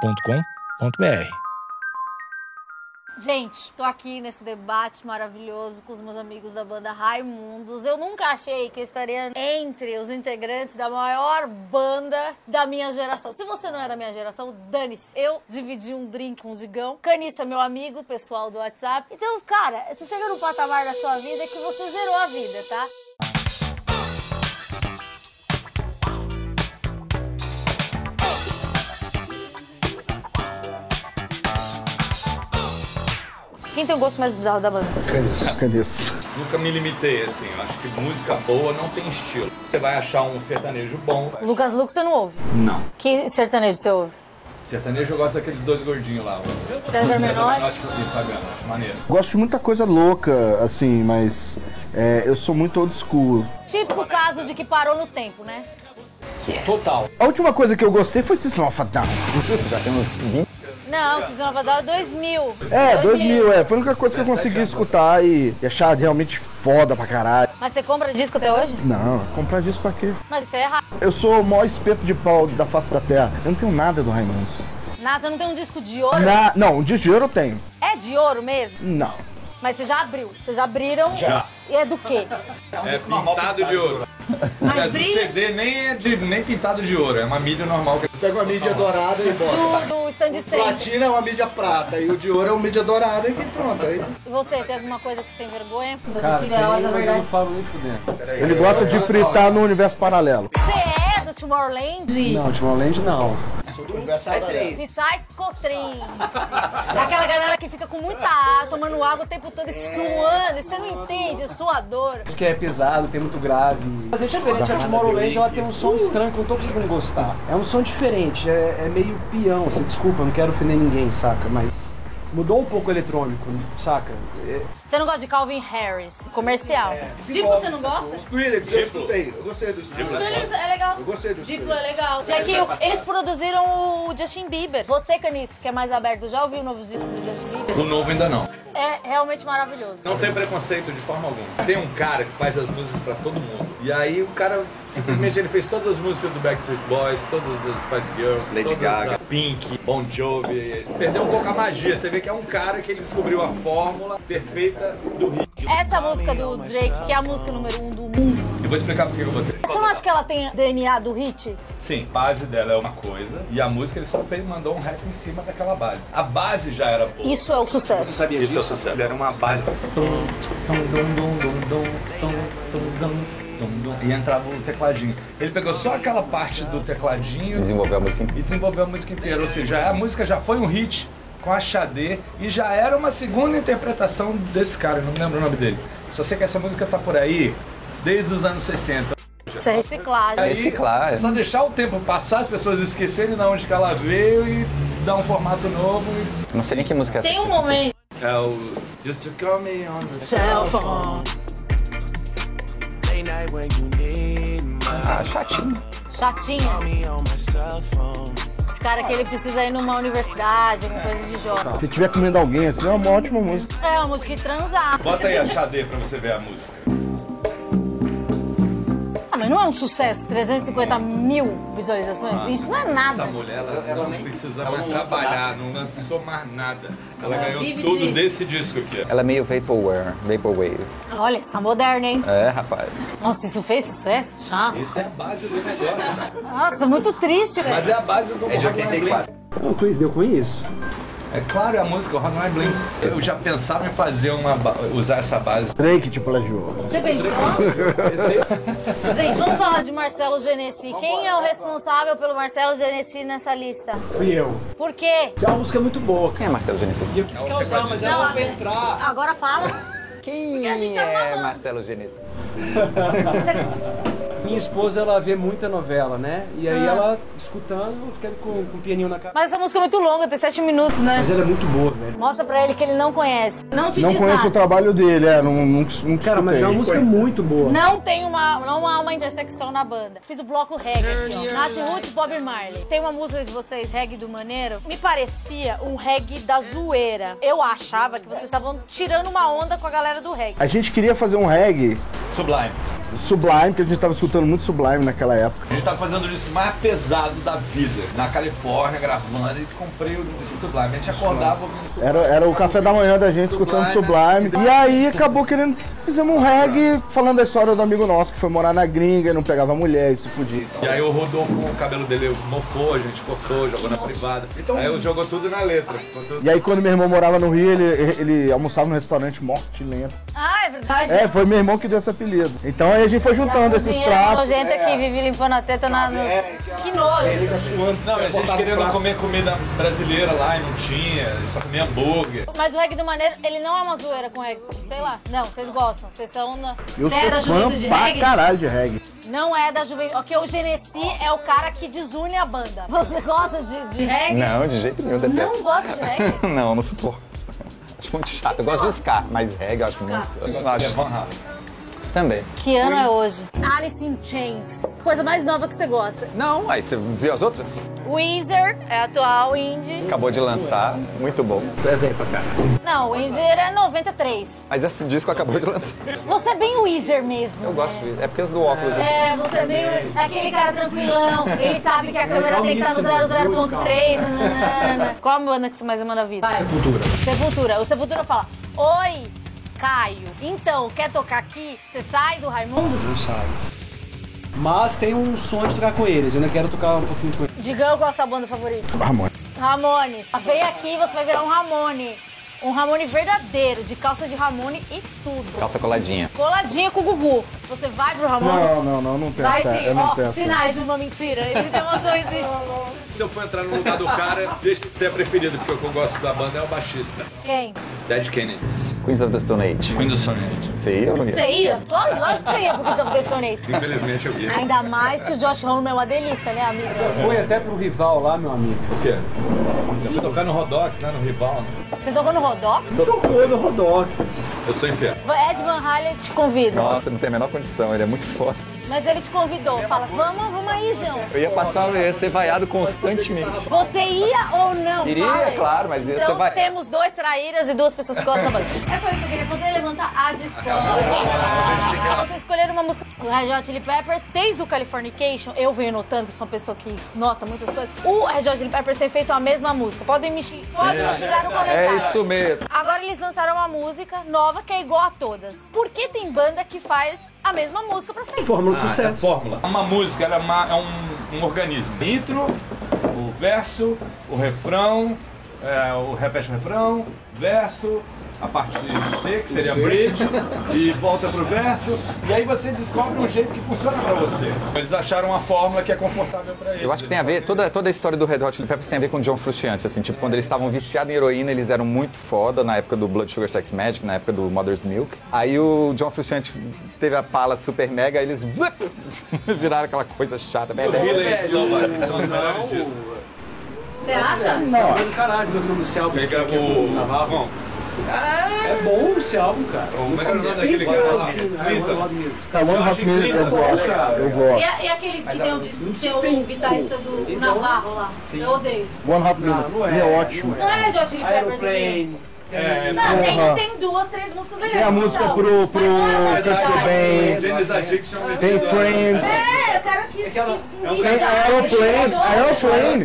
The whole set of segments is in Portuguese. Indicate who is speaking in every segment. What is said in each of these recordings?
Speaker 1: agenciadepodcast.com.br.
Speaker 2: Gente, tô aqui nesse debate maravilhoso com os meus amigos da banda Raimundos. Eu nunca achei que eu estaria entre os integrantes da maior banda da minha geração. Se você não é da minha geração, dane-se. Eu dividi um drink com o Zigão. Caniço é meu amigo, pessoal do WhatsApp. Então, cara, você chega num patamar da sua vida que você zerou a vida, tá? Quem tem o gosto mais bizarro da banda?
Speaker 3: Candice. Candice.
Speaker 4: Nunca me limitei, assim. Eu acho que música boa não tem estilo. Você vai achar um sertanejo bom. vai-
Speaker 2: Lucas Luco, você não ouve.
Speaker 4: Não.
Speaker 2: Que sertanejo você ouve?
Speaker 4: Sertanejo eu gosto daqueles dois gordinhos lá. o
Speaker 2: César Menotti?
Speaker 4: e o Fabiano. Acho maneiro.
Speaker 3: Gosto de muita coisa louca, assim, mas é, eu sou muito old school.
Speaker 2: Típico caso de que parou no tempo, né?
Speaker 4: Total.
Speaker 3: A última coisa que eu gostei foi System of a Down. Já temos 20.
Speaker 2: Não, Cisne Vadal é 2000.
Speaker 3: É, 2000, é. Foi a única coisa que eu consegui escutar e e achar realmente foda pra caralho.
Speaker 2: Mas você compra disco até hoje?
Speaker 3: Não, comprar disco pra quê?
Speaker 2: Mas isso é errado.
Speaker 3: Eu sou o maior espeto de pau da face da terra. Eu não tenho nada do Raimundo.
Speaker 2: Nada, você não tem um disco de ouro?
Speaker 3: Na... Não, um disco de ouro eu tenho.
Speaker 2: É de ouro mesmo?
Speaker 3: Não.
Speaker 2: Mas você já abriu. Vocês abriram.
Speaker 4: Já.
Speaker 2: E é do quê?
Speaker 4: É pintado de ouro.
Speaker 2: Mas
Speaker 4: Mas o
Speaker 2: brilha
Speaker 4: CD nem é de, nem pintado de ouro. É uma mídia normal. que-
Speaker 5: Pega uma mídia dourada e bota.
Speaker 2: do, do stand sempre.
Speaker 5: Platina é uma mídia prata e o de ouro é uma mídia dourada e pronto. Aí...
Speaker 2: E você, tem alguma coisa que você tem vergonha? Você que é, na verdade.
Speaker 5: falo muito dentro.
Speaker 3: Ele gosta de fritar no universo paralelo.
Speaker 2: Você é do Tomorrowland?
Speaker 5: Não, Timbaland não.
Speaker 2: Psychotrins. Aquela galera que fica com muita água, tomando água o tempo todo e suando. E você não entende, é suador.
Speaker 6: que é pesado, tem muito grave. Mas é diferente, a Tomorrowland ela tem um som estranho que eu não tô conseguindo gostar. É um som diferente, é, é meio peão, você desculpa, eu não quero ofender ninguém, saca? Mas mudou um pouco o eletrônico, saca? É-
Speaker 2: Você não gosta de Calvin Harris, comercial.
Speaker 5: É,
Speaker 7: Tipo, você não gosta?
Speaker 5: Os Skrillex, eu escutei. Eu gostei dos Skrillex.
Speaker 7: Skrillex é legal.
Speaker 5: Eu gostei dos
Speaker 7: Diplo é
Speaker 5: Skrillex.
Speaker 7: legal.
Speaker 2: Já que o- eles produziram o Justin Bieber. Você, Caniço, que é mais aberto, já ouviu o novo disco do Justin
Speaker 4: O
Speaker 2: Bieber?
Speaker 4: novo ainda não.
Speaker 2: É realmente maravilhoso.
Speaker 4: Não tem preconceito de forma alguma. Tem um cara que faz as músicas pra todo mundo. E aí o cara, simplesmente, ele fez todas as músicas do Backstreet Boys, todas das Spice Girls,
Speaker 8: Lady
Speaker 4: todas
Speaker 8: Gaga.
Speaker 4: da Pink, Bon Jovi. Perdeu um pouco a magia. Você vê que é um cara que ele descobriu a fórmula perfeita do hit.
Speaker 2: Essa música do Drake, que é a música número um do mundo,
Speaker 4: Eu vou explicar por que eu botei.
Speaker 2: você não acha que ela tem DNA do hit?
Speaker 4: Sim, a base dela é uma coisa e a música ele só fez, mandou um rap em cima daquela base. A base já era boa.
Speaker 2: Isso é o sucesso.
Speaker 8: sabia disso? Isso é sucesso. Era uma base.
Speaker 4: E entrava o tecladinho. Ele pegou só aquela parte do tecladinho
Speaker 8: Desenvolveu a música
Speaker 4: e desenvolveu a música inteira. Ou seja, a música já foi um hit com a Xadê e já era uma segunda interpretação desse cara, eu não lembro o nome dele. Só sei que essa música tá por aí desde os anos 60.
Speaker 2: Isso é reciclagem.
Speaker 8: Reciclar, é.
Speaker 4: Só deixar o tempo passar, as pessoas esquecerem de onde que ela veio e dar um formato novo. e-
Speaker 8: Não sei nem que música é essa.
Speaker 2: Tem
Speaker 8: que
Speaker 2: um
Speaker 8: vocês-
Speaker 2: momento.
Speaker 4: É o Just to Call Me On the
Speaker 2: Cell phone.
Speaker 9: Late night when you need my
Speaker 8: Ah, chatinho.
Speaker 2: Chatinha.
Speaker 9: me on my cell phone.
Speaker 2: Esse cara que ele precisa ir numa universidade, alguma coisa de jovem.
Speaker 8: Tá.
Speaker 3: Se tiver comendo alguém assim, é uma ótima música.
Speaker 2: É uma música de transar.
Speaker 4: Bota aí a Xadê pra você ver a música.
Speaker 2: Ah, mas não é um sucesso. 350 mil
Speaker 8: Ah.
Speaker 2: visualizações? Isso não é
Speaker 4: Essa
Speaker 2: nada.
Speaker 4: mulher, ela, ela não precisava
Speaker 8: não lança
Speaker 4: trabalhar, não lançou mais nada. Ela, ganhou
Speaker 7: vive
Speaker 4: tudo
Speaker 7: de-
Speaker 4: desse disco aqui. ó.
Speaker 8: Ela é meio vaporware, vaporwave.
Speaker 2: Olha, essa moderna, hein?
Speaker 8: É, rapaz.
Speaker 2: Nossa, isso fez sucesso? Já.
Speaker 4: Isso é a base do negócio.
Speaker 2: Nossa, muito triste, velho.
Speaker 4: Mas é a base do é de 84.
Speaker 6: O Chris deu com isso.
Speaker 4: É claro, é a música, o Rock My Bling. Eu já pensava em fazer uma. ba- usar essa base.
Speaker 3: Drake te plagiou.
Speaker 2: Você pensou? Gente, vamos falar de Marcelo Genesi. Quem é o responsável pelo Marcelo Genesi nessa lista?
Speaker 6: Fui eu.
Speaker 2: Por quê?
Speaker 6: Que é uma música muito boa, cara.
Speaker 8: Quem é Marcelo Genesi?
Speaker 6: E eu quis causar, mas ela não vai entrar.
Speaker 2: Agora fala.
Speaker 8: Quem é Marcelo Genesi?
Speaker 6: Minha esposa, ela vê muita novela, né? E aí ela, escutando, eu ficando com, com o pianinho na cara.
Speaker 2: Mas essa música é muito longa, tem sete minutos, né?
Speaker 6: Mas ela é muito boa, velho.
Speaker 2: Mostra pra ele que ele não conhece. Não te
Speaker 3: Não
Speaker 2: diz
Speaker 3: conheço o
Speaker 2: nada.
Speaker 3: trabalho dele, é, não, não, não
Speaker 6: Cara, mas é uma música muito boa.
Speaker 2: Não tem uma, não há uma intersecção na banda. Fiz o bloco reggae aqui, ó. Nath Ruth e Bob Marley. Tem uma música de vocês, reggae do maneiro. Me parecia um reggae da zoeira. Eu achava que vocês estavam tirando uma onda com a galera do reggae.
Speaker 3: A gente queria fazer um reggae
Speaker 4: Sublime.
Speaker 3: sublime, que a gente tava escutando escutando muito Sublime naquela época.
Speaker 4: A gente tá fazendo o disco mais pesado da vida. Na Califórnia, gravando, e comprei o disco Sublime. A gente acordava ouvindo Sublime.
Speaker 3: Era, era o café da manhã da gente escutando
Speaker 2: né?
Speaker 3: Sublime. E aí acabou querendo. Fizemos um reggae falando da história do amigo nosso que foi morar na gringa e não pegava mulher e se fudia.
Speaker 4: E aí o Rodolfo, o cabelo dele mofou, a gente cortou, jogou na privada. aí eu jogou tudo na letra. Ficou tudo-
Speaker 3: E aí quando meu irmão morava no Rio, ele, ele almoçava no restaurante Morte Lenta.
Speaker 2: Ah, é verdade.
Speaker 3: É, foi meu irmão que deu esse apelido. Então aí a gente foi juntando esses
Speaker 2: Cozinheira
Speaker 3: pratos. É.
Speaker 2: nojenta que vive limpando a teta na... nos- Que nojo.
Speaker 4: Não, a gente querendo comer comida brasileira lá e não tinha, só comia hambúrguer.
Speaker 2: Mas o reggae do maneiro, ele não é uma zoeira com reggae. Sei lá. Não, vocês gostam. Vocês são... Na...
Speaker 3: Eu
Speaker 2: Você é da
Speaker 3: sou
Speaker 2: juventude
Speaker 3: fã
Speaker 2: de
Speaker 3: pra
Speaker 2: reggae?
Speaker 3: caralho de reggae.
Speaker 2: Não é da juventude. Ok, o Genesi é o cara que desune a banda. Você gosta de, de reggae?
Speaker 8: Não, de jeito nenhum,
Speaker 2: Não
Speaker 8: detesto.
Speaker 2: gosta de reggae?
Speaker 8: não, não suporto. Acho muito chato. Eu gosto de Scar, mas reggae eu acho muito. Eu
Speaker 4: É
Speaker 8: acho
Speaker 4: Van Halen.
Speaker 8: também.
Speaker 2: Que ano é hoje? Alice in Chains. Coisa mais nova que você gosta.
Speaker 8: Não, aí você viu as outras?
Speaker 2: Weezer é atual indie.
Speaker 8: Acabou de lançar, muito bom.
Speaker 2: Não, Weezer é 93.
Speaker 8: Mas esse disco acabou de lançar.
Speaker 2: Você é bem Weezer mesmo.
Speaker 8: Eu
Speaker 2: né?
Speaker 8: gosto disso. É porque os do óculos. né?
Speaker 2: É, você é meio aquele cara tranquilão. Ele sabe que a câmera tem que estar no 00.3. nananana. Qual a banda que você mais ama na vida? Sepultura. Sepultura. O Sepultura fala: Oi, Caio. Então, quer tocar aqui? Você sai do
Speaker 6: Não
Speaker 2: Raimundos?
Speaker 6: sabe. Mas tem um sonho de tocar com eles, ainda quero tocar um pouquinho com eles.
Speaker 2: Digão, qual é a sua banda favorita?
Speaker 6: Ah,
Speaker 3: Ramon.
Speaker 2: Ramones. Vem aqui, você vai virar um Ramone. Um Ramone verdadeiro, de calça de Ramone e tudo.
Speaker 8: Calça coladinha.
Speaker 2: Coladinha com o Gugu. Você vai pro Ramones?
Speaker 3: Não, não, não, não tem
Speaker 2: Vai
Speaker 3: essa.
Speaker 2: sim,
Speaker 3: Eu não
Speaker 2: ó,
Speaker 3: tenho essa.
Speaker 2: sinais de uma mentira. Ele tem uma sorrisinha.
Speaker 4: Se eu for entrar no lugar do cara, deixa de ser preferido, porque o que eu gosto da banda é o baixista.
Speaker 2: Quem?
Speaker 4: Dead Kennedys.
Speaker 8: Queens of the Stone Age.
Speaker 4: Queen do Sonnet.
Speaker 8: Você ia ou não ia?
Speaker 2: Você ia? Lógico, lógico que você ia pro Kids of the Stone Age.
Speaker 4: Infelizmente eu ia.
Speaker 2: Ainda mais se o Josh Homme é uma delícia, né, amiga?
Speaker 6: Foi até pro rival lá, meu amigo.
Speaker 4: Por quê? Eu fui tocar no Rodox, né? No Rival. Né?
Speaker 2: Você tocou no Rodox?
Speaker 6: Tocou no um Rodox.
Speaker 4: Eu sou infiel.
Speaker 2: Ed Van Halen te convida.
Speaker 8: Nossa, não tem a menor condição, ele é muito foda.
Speaker 2: Mas ele te convidou. Fala, vamos, vamos aí, João.
Speaker 8: Eu ia passar, eu ia ser vaiado constantemente.
Speaker 2: Você ia ou não?
Speaker 8: Iria,
Speaker 2: Fala.
Speaker 8: claro, mas ia,
Speaker 2: então,
Speaker 8: você vai-
Speaker 2: temos dois traíras e duas pessoas que gostam da banda. É só isso que eu queria fazer, levantar a discórdia. Vocês escolheram uma música do Red Hot Chili Peppers. Desde o Californication, eu venho notando que sou uma pessoa que nota muitas coisas. O Red Hot Chili Peppers tem feito a mesma música. Podem me, xing- podem me xingar no comentário.
Speaker 8: É isso mesmo.
Speaker 2: Agora eles lançaram uma música nova que é igual a todas. Por que tem banda que faz a mesma música pra sempre?
Speaker 6: Fórmula
Speaker 4: Ah,
Speaker 6: de
Speaker 4: é a
Speaker 6: um sucesso.
Speaker 4: fórmula. Uma música ela é, uma- é um, um organismo. Intro, o verso, o refrão, é, o repete o refrão, verso, a parte de C, que seria bridge, e volta pro verso. E aí você descobre um jeito que funciona pra você. Eles acharam uma fórmula que é confortável pra eles.
Speaker 8: Eu acho que tem a ver, toda, toda a história do Red Hot Chili Peppers tem a ver com John Frusciante, assim, tipo, quando eles estavam viciados em heroína, eles eram muito foda, na época do Blood Sugar Sex Magic, na época do Mother's Milk. Aí o John Frusciante teve a pala super mega, aí eles viraram aquela coisa chata. né? bem, bem.
Speaker 4: Relay, Lombardi, são os melhores discos.
Speaker 2: Você acha?
Speaker 6: Caralho, meu nome desse álbum.
Speaker 4: Ele
Speaker 6: que é
Speaker 4: gravou
Speaker 6: com o Navarro.
Speaker 4: o...
Speaker 6: É bom esse álbum, cara.
Speaker 4: Como é que era o nome daquele
Speaker 6: Bem
Speaker 4: cara lá?
Speaker 6: assim, né?
Speaker 4: Clinton.
Speaker 6: I Love Music.
Speaker 3: Tá bom,
Speaker 4: Josh
Speaker 3: Rafinha, eu
Speaker 4: Clinton,
Speaker 3: gosto. Eu
Speaker 2: E,
Speaker 3: gosto.
Speaker 2: a- e aquele que tem o disco, tinha o guitarrista do
Speaker 3: Então,
Speaker 2: Navarro lá. Eu odeio isso.
Speaker 3: One Hot
Speaker 6: Não,
Speaker 3: Minute.
Speaker 6: não
Speaker 3: Ele
Speaker 6: não
Speaker 3: é ótimo.
Speaker 2: Não era de Hot Chili Peppers aqui?
Speaker 6: Aeroplane.
Speaker 4: É,
Speaker 2: Não, tem,
Speaker 3: Porra.
Speaker 2: tem duas, três músicas legais.
Speaker 3: Tem a
Speaker 2: que
Speaker 3: música
Speaker 2: são,
Speaker 3: pro,
Speaker 2: mas não é uma
Speaker 3: pro Kurt
Speaker 2: novidade.
Speaker 3: Cobain.
Speaker 4: Janis Tá, Addiction.
Speaker 3: Tem Friends.
Speaker 2: É, eu quero que... que
Speaker 3: Tem é um Aeroplane. é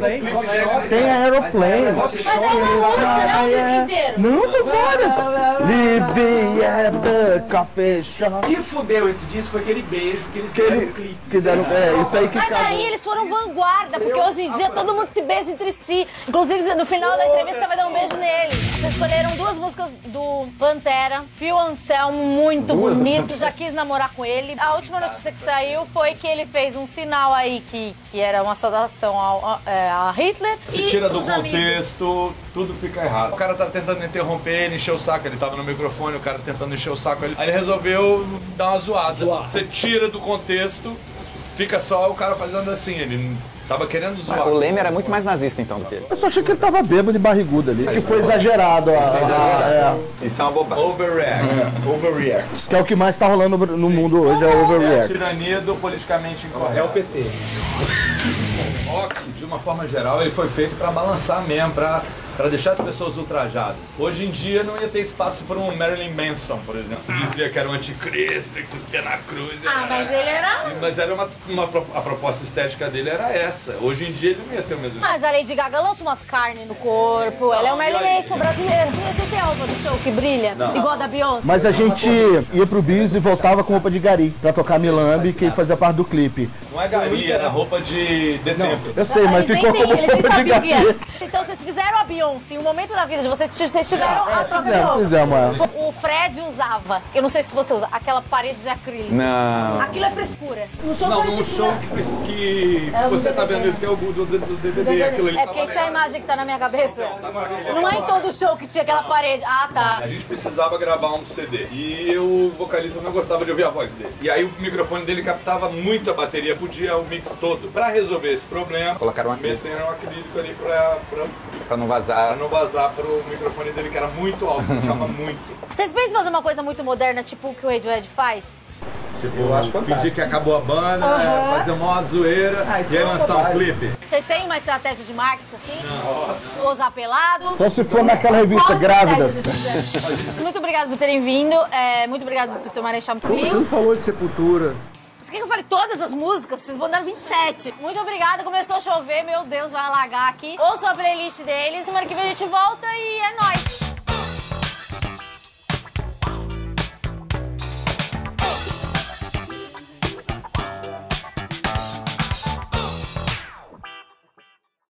Speaker 3: Aeroplane. Tem Aeroplane.
Speaker 2: Mas é uma música, não é um disco inteiro.
Speaker 3: Não, tem várias. Living at the coffee shop.
Speaker 6: O que fudeu esse disco foi aquele beijo que eles
Speaker 3: Que
Speaker 6: deram no
Speaker 3: ele,
Speaker 6: clipe.
Speaker 3: que deram, é, isso aí que
Speaker 2: Mas aí
Speaker 3: acabou.
Speaker 2: eles foram vanguarda, porque hoje em dia todo mundo se beija entre si. Inclusive, no final da entrevista, você vai dar um beijo nele. Vocês escolheram duas músicas do Pantera. Phil Anselmo, muito bonito, já quis namorar com ele. A última notícia que saiu foi que ele fez um sinal aí que, que era uma saudação ao, a, é, a Hitler.
Speaker 4: Se
Speaker 2: e
Speaker 4: tira do
Speaker 2: os amigos.
Speaker 4: contexto, tudo fica errado. O cara tava tentando interromper ele, encher o saco. Ele tava no microfone, o cara tentando encher o saco. Ele... Aí ele resolveu dar uma zoada. Você tira do contexto, fica só o cara fazendo assim. Ele tava querendo zoar.
Speaker 8: O Leme era muito mais nazista então do que ele.
Speaker 3: Eu só achei que ele tava bêbado e barrigudo ali. Que foi exagerado. a- a- é.
Speaker 8: Isso é uma bobagem.
Speaker 4: Overreact. Overreact.
Speaker 3: Que é o que mais tá rolando no mundo hoje, é o
Speaker 4: É a
Speaker 3: overreact.
Speaker 4: tirania do politicamente incorreto.
Speaker 6: É o PT.
Speaker 4: rock, de uma forma geral, ele foi feito pra balançar mesmo, pra pra deixar as pessoas ultrajadas. Hoje em dia não ia ter espaço pra um Marilyn Manson, por exemplo. que Dizia que era um anticristo e cuspia na cruz. e
Speaker 2: Ah, mas ele era.
Speaker 4: Mas era uma, uma pro- a proposta estética dele era essa. Hoje em dia ele não ia ter o mesmo.
Speaker 2: Mas a Lady Gaga lança umas carnes no corpo. Ela é uma
Speaker 4: Ah, e aí?
Speaker 2: Marilyn Manson brasileira. E Você tem a roupa do show que brilha? Igual a da Beyoncé?
Speaker 3: Mas a gente ia pro bis e voltava com roupa de gari pra tocar Milambi, que fazia parte do clipe.
Speaker 4: Não é garia, era roupa de detento.
Speaker 3: Eu sei, mas
Speaker 2: ele
Speaker 3: ficou
Speaker 2: nem,
Speaker 3: como
Speaker 2: ele nem
Speaker 3: roupa de
Speaker 2: sabia o
Speaker 3: gari.
Speaker 2: que era. Então vocês fizeram a Beyoncé em um momento da vida de vocês, vocês tiveram a própria
Speaker 3: É, Fizemos,
Speaker 2: Beyoncé.
Speaker 3: fizemos é. ela.
Speaker 2: O Fred usava, eu não sei se você usa, aquela parede de acrílico.
Speaker 8: Não.
Speaker 2: Aquilo é frescura. No show
Speaker 4: Não,
Speaker 2: parece
Speaker 4: num
Speaker 2: que
Speaker 4: show
Speaker 3: né?
Speaker 2: não.
Speaker 4: que, que
Speaker 2: Ela usa
Speaker 4: você tá
Speaker 2: DVD.
Speaker 4: vendo isso que é o do, do- do DVD, aquilo ali.
Speaker 2: É porque isso é a imagem que tá na minha cabeça. Não é em todo show que tinha aquela parede. Ah, tá.
Speaker 4: A gente precisava gravar um CD e o vocalista não gostava de ouvir a voz dele. E aí o microfone dele captava muito a bateria, podia o mix todo. Pra resolver esse problema,
Speaker 8: Colocaram um acrílico.
Speaker 4: meteram um acrílico ali pra, pra,
Speaker 8: Pra não
Speaker 4: pra
Speaker 8: vazar.
Speaker 4: não vazar pro microfone dele, que era muito alto, chama muito.
Speaker 2: Vocês pensam em fazer uma coisa muito moderna, tipo o que o Radiohead faz?
Speaker 4: Tipo, eu acho fingir que acabou a banda, é, fazer uma zoeira e aí lançar um clipe.
Speaker 2: Vocês têm uma estratégia de marketing assim? Nossa. Usar pelado?
Speaker 3: Então se for naquela revista
Speaker 2: Qual a
Speaker 3: Grávidas.
Speaker 2: estratégia que vocês fizeram? muito obrigada por terem vindo. é, muito obrigada por tomarem
Speaker 6: Pô, Você não
Speaker 3: assim?
Speaker 2: champanhe.
Speaker 6: falou de sepultura.
Speaker 2: Você quer que eu fale todas as músicas? Vocês mandaram 27. Muito obrigada. Começou a chover, meu Deus, vai alagar aqui. Ouça a playlist deles. Semana que vem a gente volta e é nóis.